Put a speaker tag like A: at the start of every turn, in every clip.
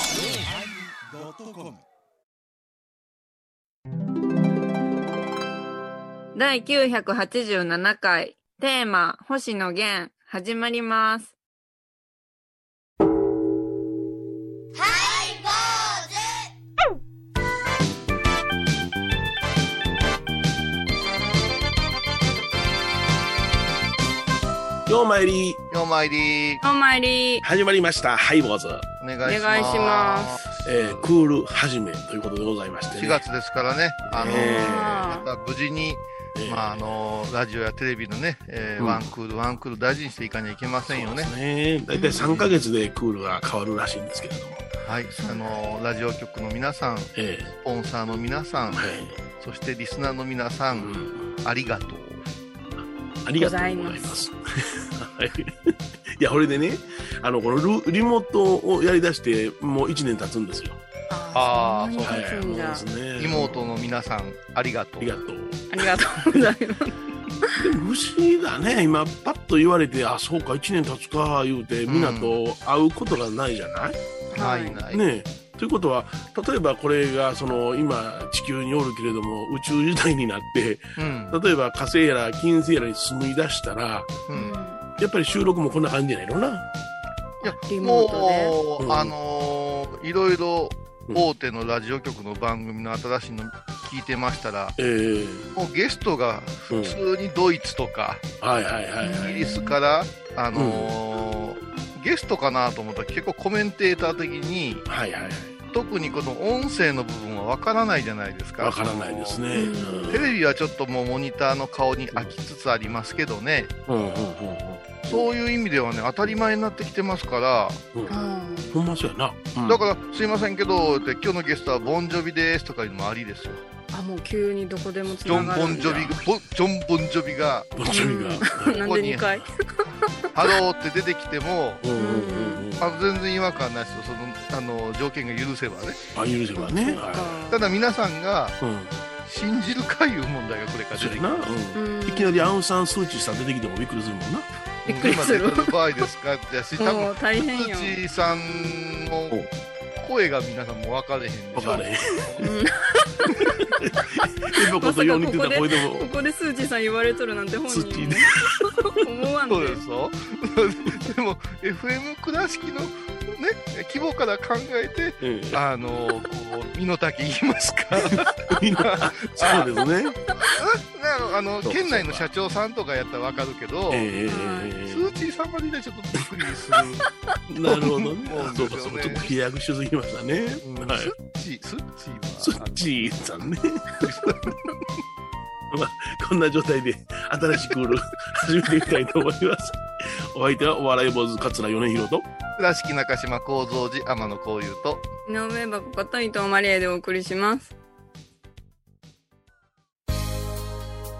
A: yosmir
B: 第987回テーマ「星野源」始まります
C: ようまいり
D: ようまいり
B: お参り
C: 始まりましたハイボーズ、
D: お願いします
B: お願いしま
C: えー、クール始めということでございまして、ね、
D: 4月ですからねあの、
C: え
D: また無事に、
C: えー
D: まあ、あのラジオやテレビのね、えー
C: うん
D: ワンクールワンクール大事にしていかにゃいけませんよね
C: ね大体3か月でクールが変わるらしいんですけれども、
D: はいあのラジオ局の皆さんス
C: え
D: ポンサーの皆さ
C: ー
D: ん
C: はい
D: そしてリスナーの皆さ
C: うんん、
D: ありがとう
C: ありがとうございます。はい いや、これでね、あの、このリリモートをやりだして、もう1年経つんですよ。
D: あー
B: そんな
C: は
B: に経
C: い、
B: つ
C: も
B: ん
C: う
B: じゃ
C: ですね。
D: 妹の皆さんありがと
C: あ
D: う
C: りがとう。
B: ありがとうございます
C: でも不思議だね、今、パッと言われて、あ、そうか、1年経つか、言うて、
D: うん
C: みんなと会うことがないじゃない、
D: ないない、
C: ねえということは例えばこれがその今地球におるけれども宇宙時代になって
D: うん
C: 例えば火星やら金星やらに住み出したら
D: うん
C: やっぱり収録もこんな感じじゃないのな。
B: リモートで
D: もう、
C: うん
D: あのーいろいろ
C: うん
D: 大手のラジオ局の番組の新しいの聞いてましたら、
C: えー
D: もうゲストが
C: うん
D: 普、通にドイツとか、
C: はいはいはいは
D: イ
C: い。
D: ギリスから、あのーゲストかなと思ったら結構コメンテーター的に
C: はいはいは
D: 特にこの音声の部分はわからないじゃないです
C: い。
D: か
C: わからないですね。うん
D: テレビはちょっともうモニターの顔に飽きつつありますけどね
C: うんうん
D: そういう意味ではね当たり前になってきてますから
C: うんうん
B: う。ん
C: ほんまそうやな。うん
D: だからすいませんけどって今日のゲストはボンジョビですとかいうのもありですよ
B: あもう急にどこでもつ
D: ジョ
B: な
D: ン・
B: が
D: ボ
B: るん
D: ンジ
B: だ
D: ョビがボジョン・ボンジョビが
C: ぼっちゃりが。
B: うんなんで2回
D: ハローって出てきても
C: うんうんうんうん。
D: あの全然違和感ないですよそのあの条件が許せばね
C: あ許せばね。は
D: ただ皆さんが
C: い。うん。
D: 信じるかいう問題がこれから
C: そ
D: 出
C: う
D: て
C: や
D: くる
C: な。うん。いきなりアウンサンスーチーさん出てきてもびっくりするもんな。
B: びっくりする
D: 今出てる場合ですかってやし多
B: も
D: 分
B: う大変よ
D: スーチーさんの声が皆さんも分かれへんで
C: わ
D: しょ
C: かれへん。
B: うん
C: 今こそよう似てた声でも
B: こ。こでスーチーさん言われとるなんて本
C: スーチ
B: 人
C: ーね。
B: 思わんで
D: そうですよ でも FM 倉敷のね規模から考えて
C: うん
D: あのこう身の丈言いますか
C: みんなそうですね。
D: ああの
C: そう
D: 県内の社長さんとかやったら分かるけど、
C: ええ
D: スーチーさんまでねちょっとびっく りする
C: なるほどね
D: そう。
C: そうか、そうか、ちょっと飛躍しすぎましたね。はい。
D: スーチースーチ
C: ス
D: ーは
C: ッチーさんね。まあ、こんな状態で新しくクール始めてみたいと思います。お相手はお笑い坊主桂米広と。
D: 倉敷中島幸三寺天野幸雄と
B: 井上箱こと伊藤マリエでお送りします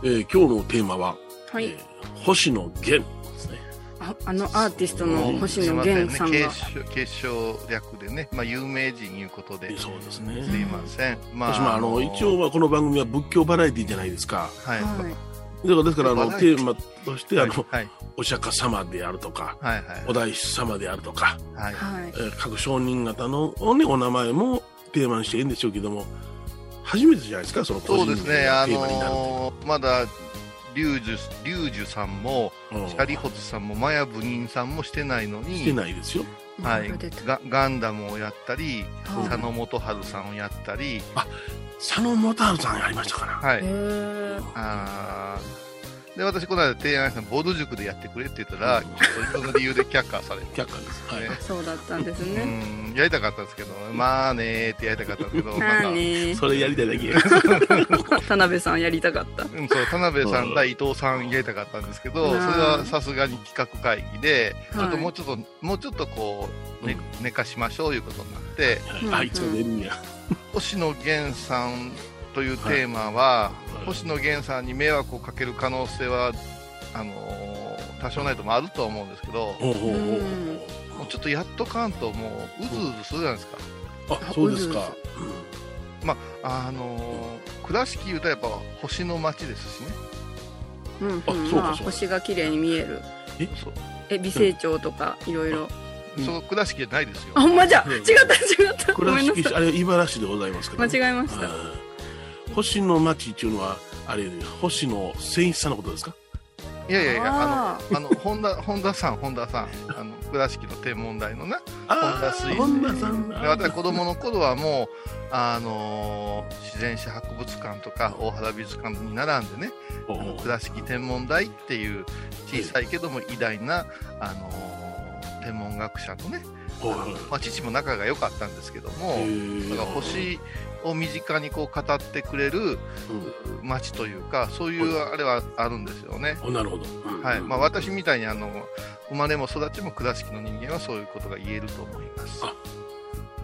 C: えー、今日のテーマは、
B: はい、
C: えー星野源ですね。
B: ああのアーティストの星野源さんが、
D: すいませんね継承継承略でね、まあ、有名人いうことで、
C: そうです
D: すい
C: ね。
D: ません、ま
C: 私もあの、一応、はこの番組は仏教バラエティじゃないですか。
D: はい
B: は
D: はい
B: い
C: だから、ですから、あの、
D: バラエテ
C: テ
D: ィ
C: ーマとして、あの、
D: はい
C: お釈迦様であるとか、
D: はい
C: お大師様であるとか、
D: はいはい
B: はい
C: えー各商人方の、ね、お名前もテーマにしていいんでしょうけども初めてじゃないですかその個
D: そう
C: 人
D: で
C: の
D: す
C: テ
D: ねあ
C: ーマになるって
D: のーまだ龍樹龍樹さんも
C: うん
D: シャリホツさんもマヤブニンさんもしてないのに
C: してないですよ
D: はい
B: 出て、
D: ガガンダムをやったり
B: た
C: うん
D: 佐野元春さんをやったり、
C: 佐野元春さんやりましたから
D: は
B: へ
D: い、
B: ー
D: あーで私この間提案したのボル塾でやってくれって言ったら、
C: うん
D: ちょっといろんな理由で却下されて、
C: 却下です、はい
D: ね
B: そうだったんです
D: う
B: ね
D: んやりたかったんですけどまあねーってやりたかったん ですけど
B: な
D: なん
B: あ
D: か、
B: ね
C: それやりたいだ け
B: 田辺さんやりたかった
D: うん、そう田辺さ
C: うん
D: ん対伊藤さんやりたかったんですけどそ
B: う
D: れ
B: ん
D: はさすがに企画会議でちょっともうちょっと、もうちょっとこう、ね
C: うん
D: 寝かしましょういうことになって
B: うん
C: あいつが出るんや
D: 星野源さんというテーマは、
C: い
D: 星野源さんに迷惑をかける可能性はあのー多少ないともあるとは思うんですけど、
C: ほうほうほうほう
B: うん
D: もうちょっとやっとかんともううずうずするじゃないですか、
C: あそうですか
D: あのー倉敷いうとやっぱ星の街ですしね
B: うんうん
C: あそうか
B: まあ
C: そうか
B: 星が綺麗に見える
C: いえ
D: そう
B: え、微成長とかいろいろ。
C: うん
D: その倉敷じゃないですよ
B: あ、ほんまじゃ。
C: うん
B: 違った違った。ご
C: 倉
B: めんな
C: 敷
B: さ
C: 市、
B: い。
C: あれ、茨城市でございますけど、
B: 間違えました。
C: うん星野町っていうのは、あれ、星野千一さんのことですか
D: いやいやいやあ
B: あー
D: のあの本田本田さん本田さんあの倉敷の天文台のな
C: あ
D: 本田水
C: ー
D: 星
C: 本田さん。
D: で私子供の頃はもう、あのー自然史博物館とか大原美術館に並んでね
C: おう
D: あの
C: おう
D: 倉敷天文台っていう小さいけども偉大な、あのー天文学者とね、
C: おう
D: あのまあ、父も仲が良かったんですけども
C: へ、ー
D: だから星を身近にこう語ってくれる街というかそういうあれはあるんですよね。
C: うん、なるほど。うん
D: はいまあ、私みたいにあの生まれも育ちも倉敷の人間はそういうことが言えると思います。
C: あ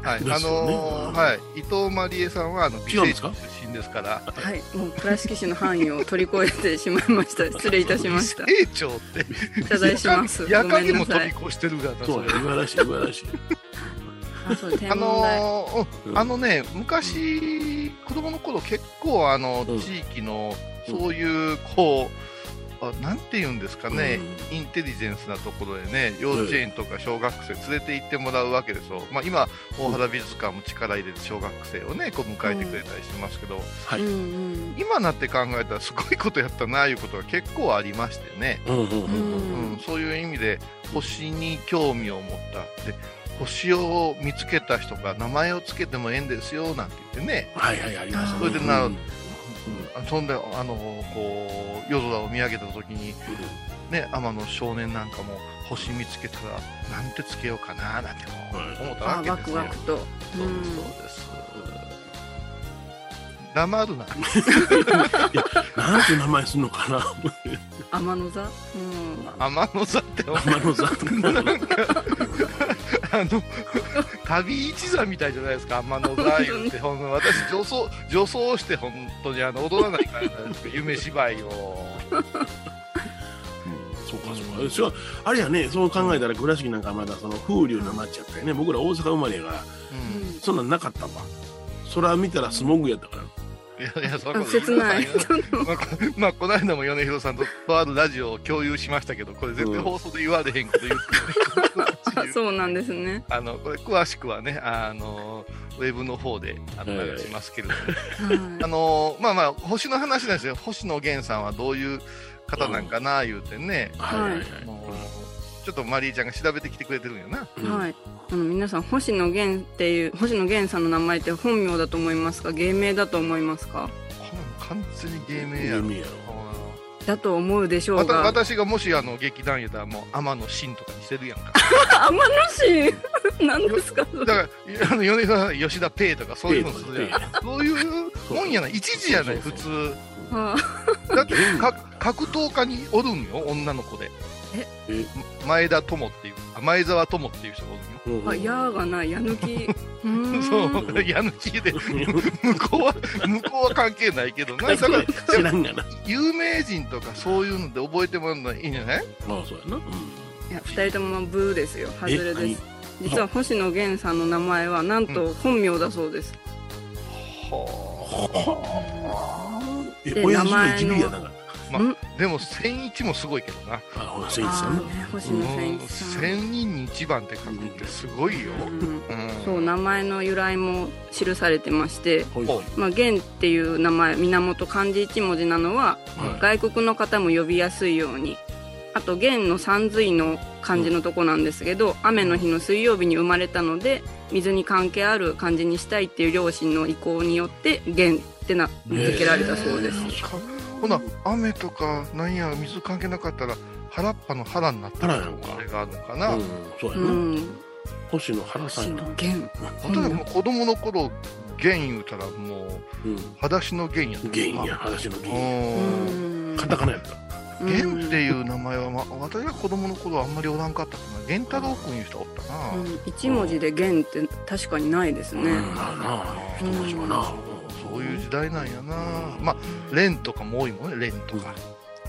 D: はい、
C: で
D: あ
C: すよね
D: のーはい、伊藤真理恵さんはあの美
C: 違うん
D: 声
C: です
D: 出
C: か
D: 身ですから、
B: はい、もう倉敷市の範囲を取り越えてしまいました。 失礼いたしました。
D: 栄長って
B: 謝罪します。
D: や
B: ご
D: か
B: め
D: に
B: んな
D: も飛
B: さ
D: び
B: い。
D: 越してるがな
C: そう
D: そ
C: や、
D: れ
C: 茨城市、茨城市。
B: あ、そう、天
D: あ
B: 文台。
D: のーうん
C: うん
D: あのね昔子供の頃結構あの
C: うん
D: 地域のそういうこうあなんて言うんですかね、インテリジェンスなところでね幼稚園とか小学生連れて行ってもらうわけですよ、まあ、今大原美術館も力入れて小学生をねこう迎えてくれたりしてますけど、
C: はい
B: うんうん。
D: 今なって考えたらすごいことやったなあいうことが結構ありましてね、
C: うんうんうんうん
B: う
D: うんん、そういう意味で星に興味を持ったって星を見つけた人が名前をつけてもええんですよなんて言ってね
C: はいはい、ありましたね。
D: それでな
C: うんうん
D: あそんであのこう夜空を見上げた時にね、天野少年なんかも星見つけたらなんてつけようかななんてこう
C: はい
D: 思った
B: あ
D: わ、け
B: ワ
D: です
B: ク
D: よ。
B: ワクと。う
D: そうです
B: ん
D: そう。です。黙るな。
C: なんて名前すんのかな、
B: 天の座。うん。
D: 天の座ってお前
C: 天の座と か。
D: あの旅一座みたいじゃないですか天の座言ってほんの私女装女装して本当にあの踊らないからなんですけど夢芝居を。
C: そうかそうか。それはあれやね、そう考えたら倉敷なんかまだその風流な街やったよね。僕ら大阪生まれやから、
D: うん
C: そんなんなかったわ。空見たらスモッグやったから。
D: いやいやそんな
B: あ
D: こと
B: 切ない。
D: まあこ、まあ、この間も米広さんととあるラジオを共有しましたけどこれ絶対放送で言われへんこと言って、
B: あ、 そうなんですね。
D: あのこれ詳しくはねあのウェブの方であの
C: はい
D: 流しますけれども、
B: はい
D: あ。のまあまあ星の話なんですよ星野源さんはどういう方なんかな言うてね、
C: はいはいはい。
D: あのちょっとマリーちゃんが調べてきてくれてるんよな
C: うん
B: はい。あの皆さん星野源っていう星野源さんの名前って本名だと思いますか芸名だと思いますか
D: こんなの完全に芸名やろ
C: 芸名やろ
B: だと思うでしょ
D: わ
B: う
D: た
B: が
D: 私がもしあの劇団やったらもう天野真とかにしてるやんか
B: あ天 野氏何ですかそ
D: だ
B: れ
D: からあの米広さん吉田ペイとかそういうのするやんそういうもんやない一時やない
C: そ
D: 普
C: うそう
D: 通
B: あ
D: だってか格闘家におるんよ女の子で
B: え
C: え
D: 前田友っていうあ前澤友っていう人がおるんよ
C: うん
B: あやーがないやぬ きうーん
D: そう、家主で、向こうは、向こうは関係ないけ どな、だ から、
C: 知らんがな。
D: 有名人とかそういうので覚えてもらうのはいいんじゃない
C: まあそうやな。う
B: い
C: ん
B: や二人ともブーですよハズレ
C: え
B: です実は星野源さんの名前はなんと本名だそうです、
C: え
B: で
C: 親
B: 名
C: 父の
B: 前
C: 一
B: の
C: 尾やだから。
D: でも、千一もすごいけどな。
C: あ、ほら、誠一さ
B: あ
C: ん
B: ー
C: ね。
B: ね星
D: う
B: 野
D: ん
B: 源さん、
D: 千人に一番って書くってすごいよ。
B: うん
D: うん
B: そう名前の由来も記されてまして
C: ほいほい
B: まあ、源っていう名前源漢字一文字なのは
C: はい
B: 外国の方も呼びやすいようにあと源の三髄の漢字のとこなんですけど、雨の日の水曜日に生まれたので水に関係ある漢字にしたいっていう両親の意向によって源ってな
C: え
B: 付けられたそうです、
C: え
D: ほな、雨とか、なんや、水関係なかったら、原っぱの原になった
C: 原やんか
D: あれがあるのか
C: う
D: な。
C: ん、そうや
B: う
C: な。
B: ん
C: 星野原さ
B: 星
C: ん
B: 野
C: やな。
B: 源
D: ほとんどもう子供の頃、弦言うたら、も
C: う
D: う、
C: ん。
D: 裸足の弦やったな
C: 原因や、話の
D: う
C: 原因。
D: ん。
B: うん
C: カタカナやった。
D: ゲンって
B: うん
D: いう名前は、ま、私が子供の頃はあんまりおらんかったかな。ゲン太郎君いう人おったな。
B: うん一文字で源って確かにないですね、
C: うん、なあなあ、あの人たちはな。
D: そういう時代なんやな。まあ、レンとかも多いもんね、レンとか。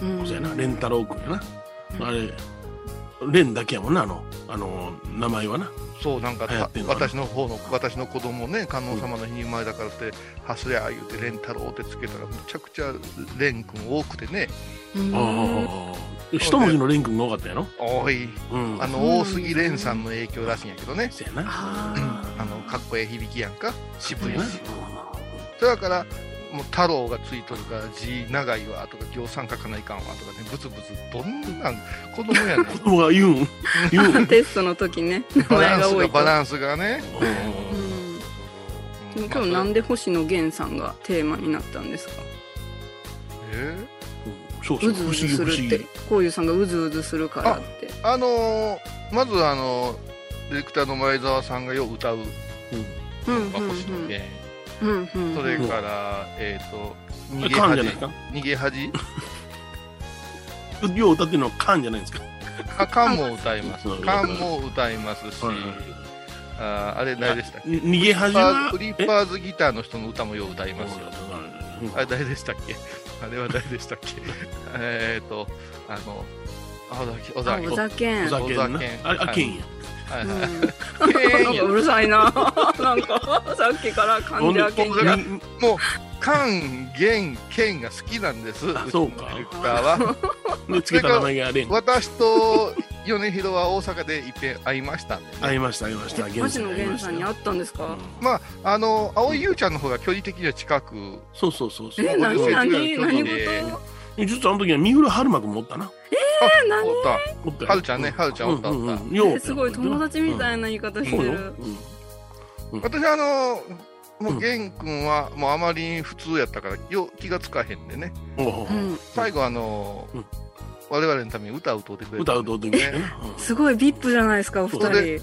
B: うん
C: そうやな、レンタロウ君やな。あれ、レンだけやもんな、あの、あの名前はな
D: そうなんか
C: 流行ってんのかな
D: 私の方の私の子供ね観音様の日に生まれだからって「はすや」言うて「蓮太郎」ってつけたらむちゃくちゃ蓮くん多くてね
B: うん
C: ああ一文字の蓮くんが多かったやろ
D: おい
C: うん
D: あの大杉蓮さんの影響らしいんやけどね
C: そうやな
B: あ
D: あのかっこええ響きやんか渋い
C: な
D: しそれだからもう太郎がついとるから字長いわとか行さん書かないかんわとかねブツブツどんなん子供やね ん
C: 子供が言うん 言うん
B: ー テストの時ね名
D: バ
B: 前
D: ラン
B: が
D: ス
B: 多
D: が
B: いと
D: バランスがね
B: うん
D: う
B: 今日
D: まあ
B: な
D: それ
B: んで星野源さんがテーマになったんですか
D: えー
C: うんそうそう
B: う
C: 不
B: ずう
C: 思
B: ず
C: 議
B: す
C: 不思
B: るっ
C: 議
B: てこういうさんがうずうずするからって
D: あのーまずあのーディレクターの前澤さんがよう歌う
B: うんうん
D: 「
B: うん
D: 星野源
B: うんうんう」ん
D: それから、えっ、と「逃げ
C: 缶じゃ
D: 恥
C: ないです」か
D: 「逃げ恥」
C: よう歌ってるのは缶じゃないですか
D: あ「カン」も歌います
C: うん
D: 「カン」も歌いますし、あーあれ誰でしたっけ
C: に逃げ
D: フリ
C: 恥
D: ッパ
C: は
D: ーフリッパーズギターの人の歌もよう歌いますよ
C: うん
D: あれ誰でしたっけあれは誰でしたっけえっとあのあ小
B: あ
D: 崎
B: お
D: 小崎
B: ざけん
C: ふざけんな
D: 小酒
C: ああけんや
D: はい
B: う ん
D: はい
B: なん
D: 変
B: か
D: や
B: うるさいな なんかさっきから
C: ほ
B: 感
C: ん
B: じ
C: で
B: あけん
D: だから
C: にに
D: もう関元健が好きなんです
C: あそうか
D: ちのディレクターは
C: につけた名前がレン
D: 私と米広は大阪でいっぺん会いましたんで
C: 会いました会いました源
B: 星野源さんに会ったんですか
D: まああの蒼井優ちゃんの方が距離的には近く
C: そうそうそうそう
B: え
D: な
B: 何
D: ん
B: 何何事
D: え
C: 実はあの時は三浦春馬くんもおったな
D: あ
B: 何
D: おった
C: おったよ
D: 春ちゃんね春ちゃんおった
C: うんうん
D: おった
C: うんよ
B: え
C: う
B: すごい友達みたいな言い方して
C: そうよ
B: る
C: うん
D: 私あのも
C: う
D: うん玄君はもうあまり普通やったからよ気がつかへんでね
C: おう
B: うん
D: 最後あの
C: うん
D: 我々のために歌歌うてくれ
C: 歌
D: た
C: うとってみたいな
B: すごい VIP じゃないですかお二
C: そう
B: 人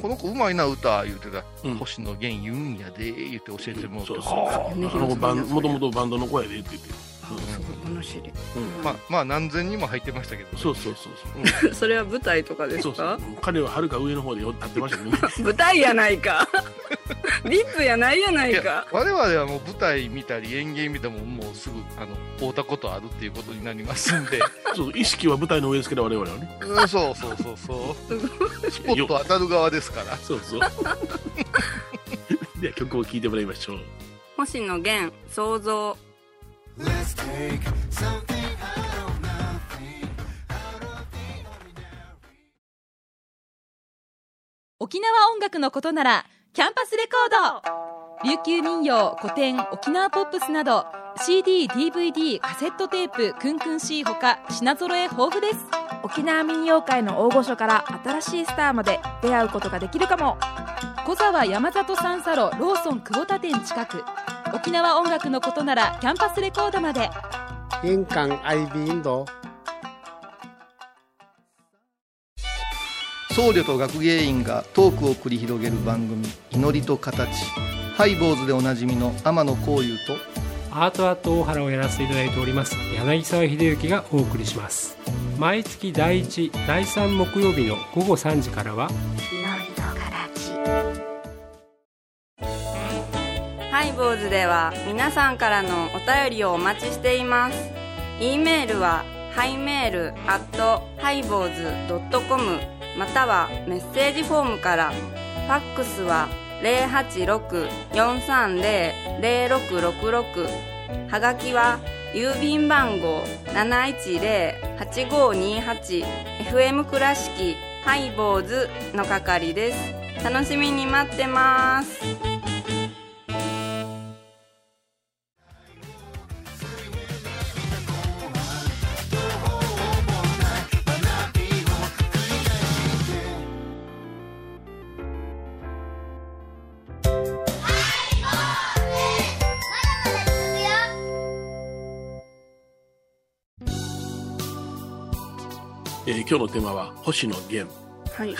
D: この子うまいな歌言うてた
C: うん
D: 星野源言うんやで言って教えてもらって
C: そうそう
D: はあ
B: ね
C: あのバンもともとバンドの子やでって言って
B: あすごいこの知り
C: うん
D: まあまあ何千人も入ってましたけど
C: そうそうそう
B: それは舞台とかです
C: そうそ
B: か
C: う彼ははるか上の方で立ってました ね
B: 舞台やないか VIP やないやないい
D: や
B: か
D: 我々はもう舞台見たり演芸見たもんもうすぐあの会うたことあるっていうことになりますん で
C: そう意識は舞台の上ですけど我々はね
D: うんそうそうそうそうスポット当たる側ですから
C: そうそう では曲を聴いてもらいましょう
B: 星野源想像
A: Let's take something out of nothing, out of the ordinary.
E: 沖縄音楽のことならキャンパスレコード琉球民謡古典沖縄ポップスなど CDDVD カセットテープクンクン C ほか品揃え豊富です
F: 沖縄民謡界の大御所から新しいスターまで出会うことができるかも
E: 小沢山里三佐路ローソン久保田店近く沖縄音楽のことならキャンパスレコードまで
G: 玄関アイビーインド
H: 僧侶と学芸員がトークを繰り広げる番組「祈りと形」ハイボーズでおなじみの天野幸雄と
I: アートアート大原をやらせていただいております柳沢秀幸がお送りします毎月第1第3木曜日の午後3時からは
B: ハイボーズでは皆さんからのお便りをお待ちしています。e メールはハイメールアットハイボーズドットコムまたはメッセージフォームから。ファックスは086-430-0666はがきは郵便番号710-8528 FM 倉敷ハイボーズの係です。楽しみに待ってます。
C: えー今日のテーマは星野源
B: はい。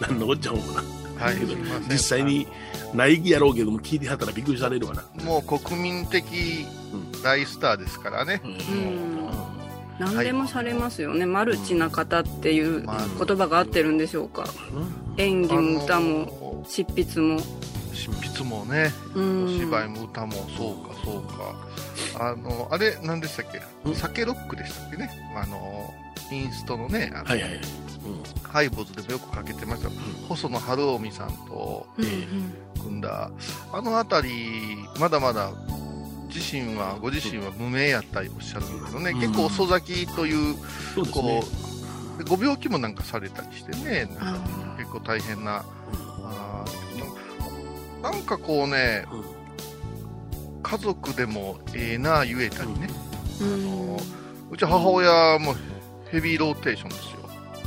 C: なんのこっちゃほんまな
D: はい
C: けど
D: すいません
C: 実際にないやろうけども聞いてはったらびっくりされるわな
D: もう国民的大スターですからね、
B: うん何でもされますよね、マルチな方っていう
D: まあ
B: 言葉が合ってるんでしょうか演技も歌も
D: も
B: 執筆も
D: 執筆もね
B: うん
D: お芝居も歌もそうかそうかあのあれ何でしたっけ
C: うん
D: 酒ロックでしたっけねあのインストのねあの
C: はいはいはい
D: ハイボーズでもよくかけてました、細野晴臣さんと
E: うんうん
D: 組んだ、あの辺り、まだまだ自身は、ご自身は無名やったりおっしゃるんですよね、
C: うん
D: 結構遅咲きという、
C: そうですね
D: こう、ご病気もなんかされたりしてね、なんか
E: あ
D: 結構大変な、あーなんかこうね、
C: うん
D: 家族でもええなあ言えたりね、
E: ーう
D: あ
E: ん
D: のうち母親もヘビーローテーションですよ。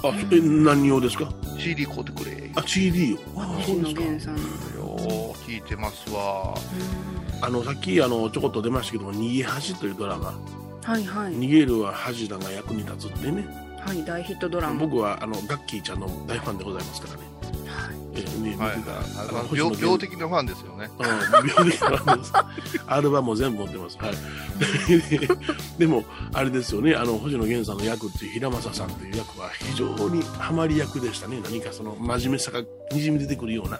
C: あえ何用ですか
D: CD 買うてくれ。
C: あ CD をあ
B: 星
C: そうで
B: 野
C: すか
B: 源さんの
D: よー聞いてますわ。
C: あのさっきあのちょこっと出ましたけども「逃げ恥」というドラマ
B: はい
C: 「
B: はい
C: 逃げるは恥だが役に立つ」ってね
B: はい大ヒットドラマ
C: 僕はあのガッキーちゃんの大ファンでございますからね。えーね
D: はい
C: 見てたあの
D: あの
C: 星野
D: 病
C: 源
D: 病的なファンですよね。
C: うん病的な話です。 アルバムも全部持ってます。はい。 ででも、あれですよね、あの、星野源さんの役っていう平正さんという役は非常にハマり役でしたね。何かその真面目さがにじみ出てくるような、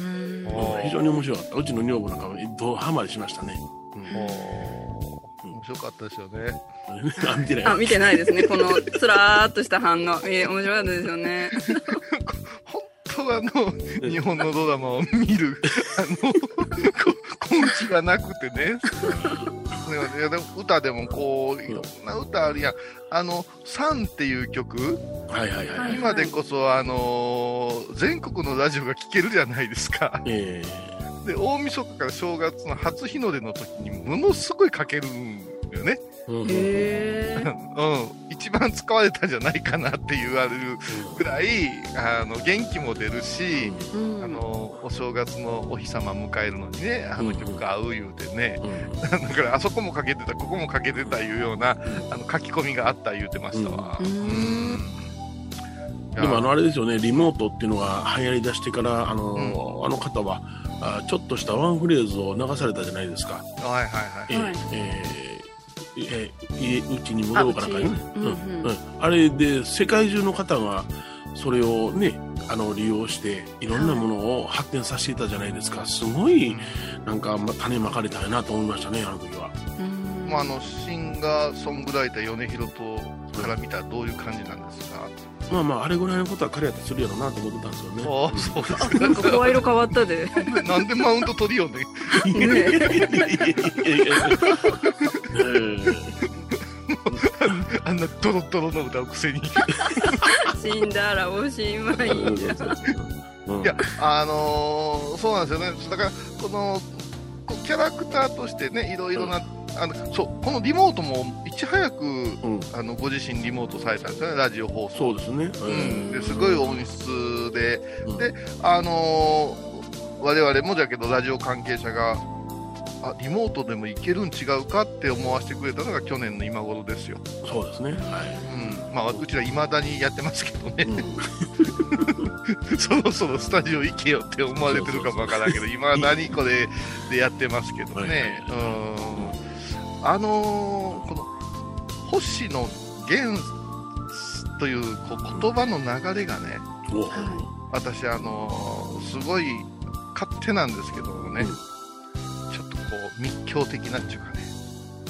B: うん
D: おー
C: 非常に面白かった。うちの女房なんかはドハマりしましたね。
D: おー面白かったですよね。
C: うんあ、見てな
B: あ
C: い。
B: 見てない ですねこのつらーっとした反応えー面白かったですよね
D: 本当はあの日本のドラマを見 るあのこ根気がなくてね。いやでも歌でもこういろんな歌あるやん。あの「サン」っていう曲、
C: はいはいはい。
B: はい
D: 今でこそあのー全国のラジオが聴けるじゃないですか。
C: え
D: で大晦日から正月の初日の出の時にものすごいかけるんよね。
C: えうん
B: へえ
D: うん、一番使われたんじゃないかなって言われるぐらいあの元気も出るし、あのお正月のお日様迎えるのにねあの曲が合う言うてね、
C: うんうん
D: だからあそこもかけてたここもかけてたいうようなあの書き込みがあった言うてましたわ。
B: うん
D: いや
C: でもあのあれですよね、リモートっていうのが流行り出してから、あのあの方はあ、ちょっとしたワンフレーズを流されたじゃないですか。
D: はいはいはい
C: えー
B: はい
C: えーえー家うちに戻ろうかなんかね
B: あうち
C: うん
B: うんうん
C: うんあれで世界中の方がそれをねあの利用していろんなものを発展させていたじゃないですかすごいなんかま種まかれたいなと思いましたねあの時は
B: うん
D: まあ、あのシンガーソングライター米広とから見たらどういう感じなんですか、
C: まあまああれぐらいのことは彼やってするやろうなと思ってたんですよね
D: ああそうですか
B: なんか声色変わったで
D: なんでマウント取りよね
C: いやいやいやいやいやええ
D: あんなドロドロの歌うく せに。
B: 死んだらおしまい
C: うん
B: じゃ
C: うん
D: いや、あのーそうなんですよね。だから、この、こうキャラクターとしてね、いろいろな、あの、そう、このリモートも、いち早く、
C: うん
D: あの、ご自身リモートされたんですよね、ラジオ放送。
C: そうですね、
D: う
C: え
D: ん。ですごい音質で、
C: えうん
D: であのー我々もじゃけど、ラジオ関係者が、あ、リモートでもいけるん違うかって思わせてくれたのが去年の今頃ですよ。
C: そうですね
D: う
C: は
D: ん。まあ、うちら未だにやってますけどね
C: い、う。ん
D: そろそろスタジオ行けよって思われてるかもわからんけど、今何これでやってますけどね。う
C: は
D: ん。あのーこの、星野源というこう言葉の流れがね、
C: お
B: は
D: 私、あのーすごい勝手なんですけどもね、
C: うん
D: ちょっとこう密教的なっていうかね、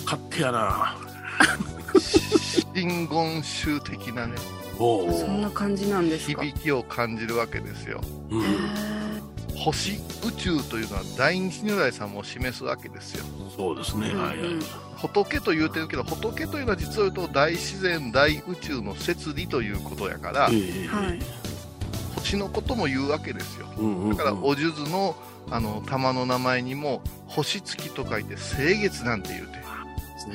C: 勝手やな
D: 真言宗的なね、
C: お
B: いそんな感じなんですか
D: 響きを感じるわけですよ。
C: うん
D: 星、宇宙というのは大日如来様を示すわけですよ。
C: そうですね、
B: うん
C: はいはい。
D: 仏と言うてるけど仏というのは実を言うと大自然大宇宙の摂理ということやから、
C: ええ
B: はい
D: 星のことも言うわけですよ
C: うんうんうん
D: だからお数珠のあの玉の名前にも星月と書いて星月なんて言うて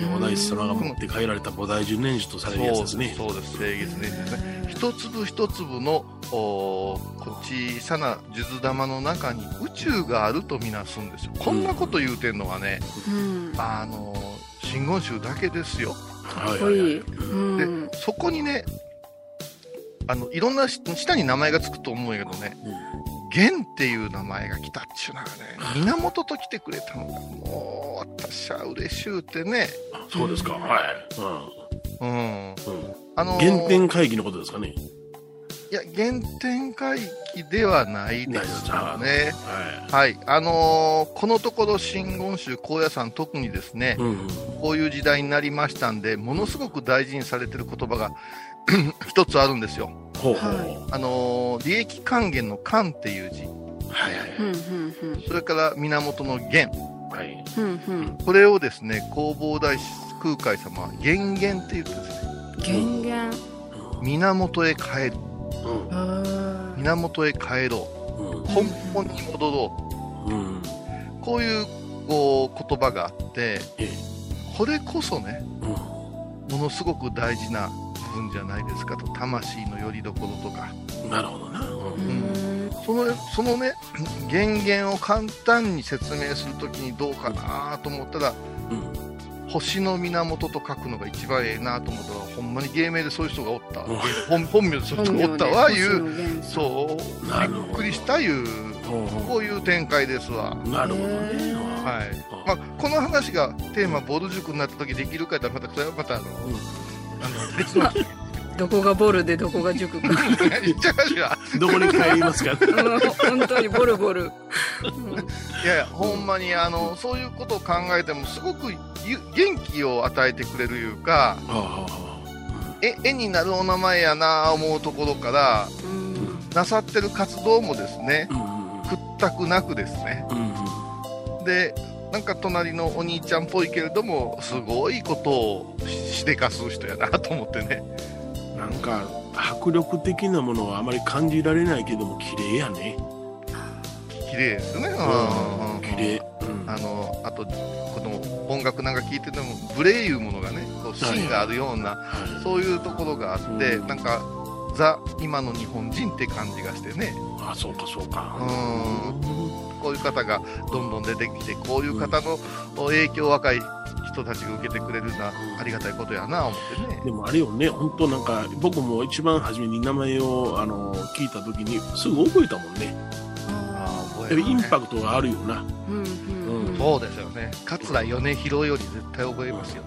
C: ねお大師様が持って帰られた菩提十年樹とされるやつですね。
D: そうですそうです星月ねですね一粒一粒のおーこう小さな数珠玉の中に宇宙があるとみなすんですよこんなこと言うてんのはね、
B: うんか
D: あのー真言宗だけですよ
B: っ
C: はい
B: こ
C: はいいはい
B: いうん
D: でそこにねあのいろんなし下に名前がつくと思うんやけどね「源」っていう名前が来たっちゅうのがね源と来てくれたのがもう私は嬉しゅうてね
C: うんそうですか、はい。
D: うん
C: うんうん
D: あのー
C: 原点会議のことですかね。
D: いや原点回帰ではないで
C: ないですす
D: よね
C: は
D: はいあのーこのところ真言宗高野山特にですね
C: い。うんうん。
D: こういう時代になりましたんでものすごく大事にされてる言葉が 一つあるんですよ
C: ほうほうほう。
D: あのー利益還元の還っていう字、
C: はいはい
B: うんう
C: はい。
B: んうん
D: それから源の源、
C: はい。
B: うんうん
D: これをですね、弘法大師空海様は源源って言ってですね、
B: 減減
D: 源へ帰る、
C: うん
D: 源へ帰ろ
C: うん
D: う、根本に戻ろ
C: うん
D: う、こういうこう言葉があって
C: ええ、
D: これこそね、
C: うん
D: ものすごく大事な部分じゃないですかと、魂の拠り所とか、
C: うんなるほどな。うん
D: そのそのね、源源を簡単に説明するときにどうかなと思ったら、
C: うん
D: 星の源と書くのが一番ええなと思ったら、ほんまに芸名でそういう人がおった、
C: うん
D: 本本名でそういう人がおったわ、いう、
B: う
D: そう、
C: なるほど
D: びっくりしたいう、
C: ほうほ
D: こういう展開ですわ。
C: うなるほどね。
D: はい
C: あ
D: まあ、この話がテーマ、ボル塾になった時できるかやったら、また、それはまたあの、あの別の機
B: どこがボルでどこが塾か うん
D: 会に言っ ちゃいましたが
C: どこに帰りますか
B: 本当にボルボル
D: いやいや、ほんまにあのそういうことを考えても、すごくゆ元気を与えてくれるいうか、え絵になるお名前やなあ思うところから、
B: うん
D: なさってる活動もですね、
C: うんうん
D: 屈託なくですね、
C: うん
D: で、なんか隣のお兄ちゃんっぽいけれども、すごいことをししでかす人やなと思ってね、
C: うんなんか迫力的なものはあまり感じられないけども綺麗やね。
D: 綺麗ですよね。うん
C: 綺麗。うん
D: あのあとこの音楽なんか聴いててもブレいうものがねこう芯があるような
C: はい
D: そういうところがあって、
C: うん
D: なんか、ザ・今の日本人って感じがしてね、
C: あそうかそう
D: う
C: か。
D: ん、こういう方がどんどん出てきて、こういう方の影響を若い人たちが受けてくれるのはありがたいことやな、思ってね。
C: でもあれよね、本当なんか僕も一番初めに名前をあの聞いた時にすぐ覚えたもんね。
D: ああ
C: やっぱりインパクトがあるよな。
B: うんうんうん
D: そうですよね。桂米広より絶対覚えますよ。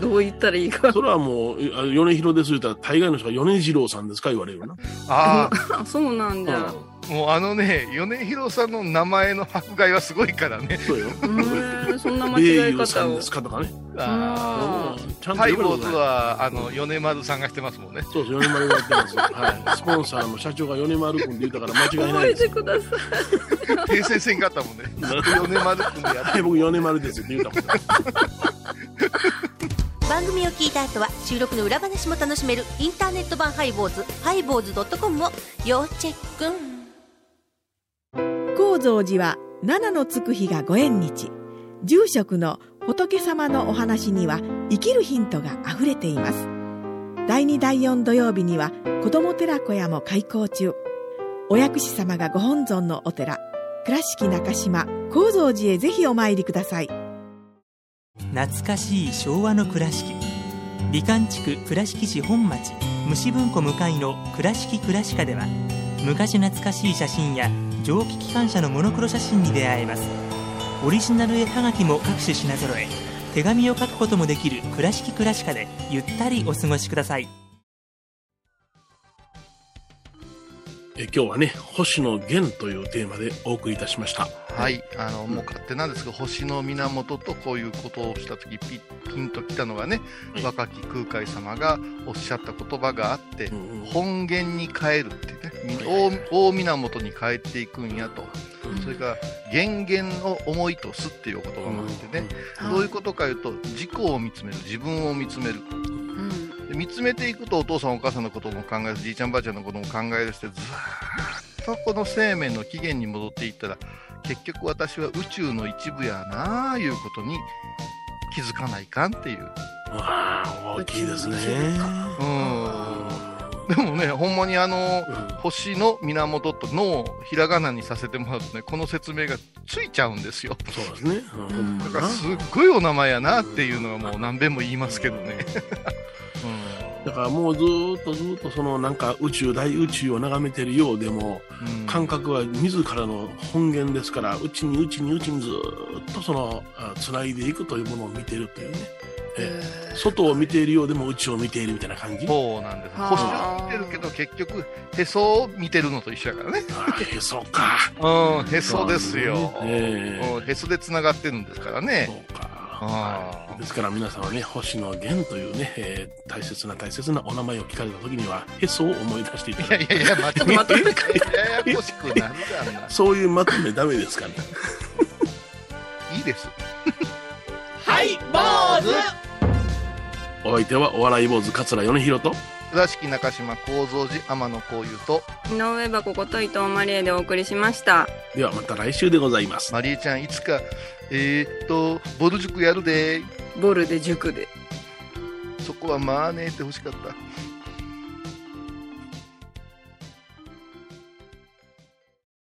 B: どう言ったらいいか
C: それはもう、あ米広です言ったら、大概の人が米次郎さんですか言われるよな。
D: あ
B: あそうなんじゃ
D: あ、もうあのね、米広さんの名前の迫害はすごいからね。
C: そうよ。
B: うんそんな間
C: 米
B: 違い
C: 友さ
B: 方
C: ん
B: を
C: ですかとかね。
D: あ
B: あ
C: うんちゃ
D: あ
C: んと
D: ハイ
C: 言
D: ボ
C: わ
D: ー
C: れたことな
D: ズ
C: い。
D: は、あの、米丸さんがしてますもんね。
C: そうそう、米丸がやってます。はい。スポンサーの社長が米丸君って言うたから間違いな
B: 覚
C: い
B: え
C: です。
B: てください
D: 訂正せんかったもんね。米丸君でやって
C: はい、僕米丸ですって言うたもんね。
J: 番組を聞いた後は収録の裏話も楽しめるインターネット版ハイボーズハイボーズドットコムを要チェック
K: 高蔵寺は七のつく日がご縁日住職の仏様のお話には生きるヒントがあふれています第2第4土曜日には子ども寺小屋も開校中お薬師様がご本尊のお寺倉敷中島・高蔵寺へぜひお参りください
L: 懐かしい昭和の倉敷美観地区倉敷市本町虫文庫向かいの「倉敷倉歯科」では昔懐かしい写真や蒸気機関車のモノクロ写真に出会えますオリジナル絵はがきも各種品揃え手紙を書くこともできる「倉敷倉歯科」でゆったりお過ごしください
C: え今日はね、星野源というテーマでお送りいたしました。
D: はい、あの、もう勝手なんですけど、星の源とこういうことをしたとき、ピピンときたのがね、
C: はい
D: 若き空海様がおっしゃった言葉があって
C: う、んうん
D: 本源に帰るってね、み
C: はいはいは
D: 大大源に帰っていくんやと、それから、源源の思いとすっていうお言葉もあってね、どういうことかいうと、自己を見つめる、自分を見つめる。
B: うん
D: で見つめていくとお父さんお母さんのことも考えるしじいちゃんばあちゃんのことも考えるしてずーっとこの生命の起源に戻っていったら結局私は宇宙の一部やなあいうことに気づかないかんっていう
C: わあ、大きいですね。
D: う
C: うん
D: んでもねほんまにあの星の源と脳をひらがなにさせてもらうとねこの説明がついちゃうんですよ
C: そうですね。うんほんま
D: だ
C: や
D: か
C: な
D: らすっごいお名前やなっていうのはもう何遍も言いますけどね、
C: だからもうずーっとずーっとそのなんか宇宙大宇宙を眺めてるようでも
D: うん
C: 感覚は自らの本源ですからうちにうちにうちにずーっとそのあ繋いでいくというものを見てるというね、ええ外を見ているようでも宇宙を見ているみたいな感じあ
D: そうなんです。
B: は
D: 星
B: あ
D: は見てるけど、結局、へそを見てるのと一緒やからね。
C: ーへそか
D: うん、へそですよ。
C: ええ
D: うんへそで繋がってるんですからね。
C: そうかはいですから皆さんはね、星野源というね、えー大切な大切なお名前を聞かれた時には、へそを思い出していただいて。いやいやいや、まとめ、ややこしくなるそういうまとめダメですか ね。いいです。
M: はい坊主
C: お相手はお笑い坊主桂米広と、
N: 倉敷中島幸三寺天野幸雄と
B: 井上箱こと伊藤マリエでお送りしました
C: ではまた来週でございます。
N: マリエちゃんいつかえー、っとボル塾やるで
B: ボルで塾で
N: そこはまあねーって欲しかった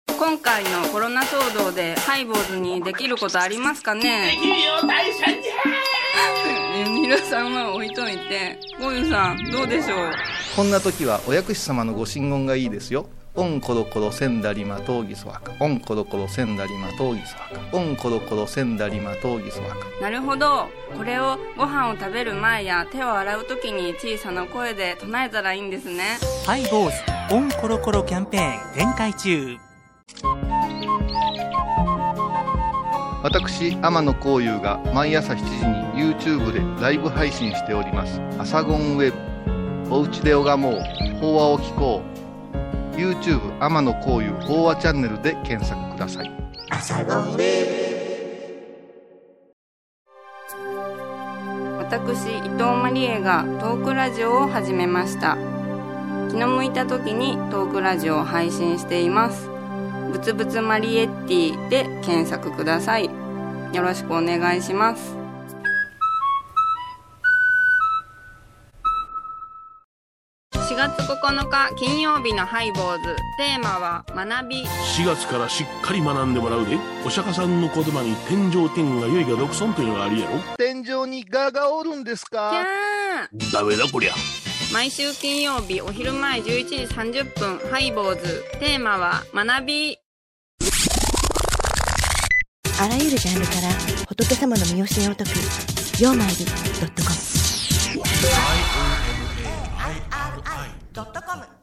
B: 今回のコロナ騒動でハイボーズにできることありますかね
M: できるよ大惨 事
B: 皆さんは置いといてゴユさんどうでしょう
D: こんな時はお薬師様のご神言がいいですよ。オンコロコロセンダリマトウギソワカ。オンコロコロセンダリマトウギソワカ。オンコロコロセンダリマトウギソワカ。
B: なるほどこれをご飯を食べる前や手を洗う時に小さな声で唱えたらいいんですね
A: ハイボーズオンコロコロキャンペーン展開中
D: 私天野幸雄が毎朝7時に YouTube でライブ配信しております「アサゴンウェブ」「おうちで拝もう法話を聞こう」YouTube 天野幸雄法話チャンネルで検索ください
B: 私伊藤マリエがトークラジオを始めました気の向いた時にトークラジオを配信していますぶつぶつマリエッティで検索くださいよろしくお願いします4月9日金曜日のハイボーズテーマは学び
C: 4月からしっかり学んでもらうで、お釈迦さんの言葉に天上天が良いが独尊というのがありやろ。
N: 天井にガがおるんですか
B: キャー
C: ダメだこりゃ。
B: 毎週金曜日お昼前11時30分ハイボーズテーマは学び
J: あらゆるジャンルから仏様の身教えを解く「曜マイルドットコム」
M: ドットコム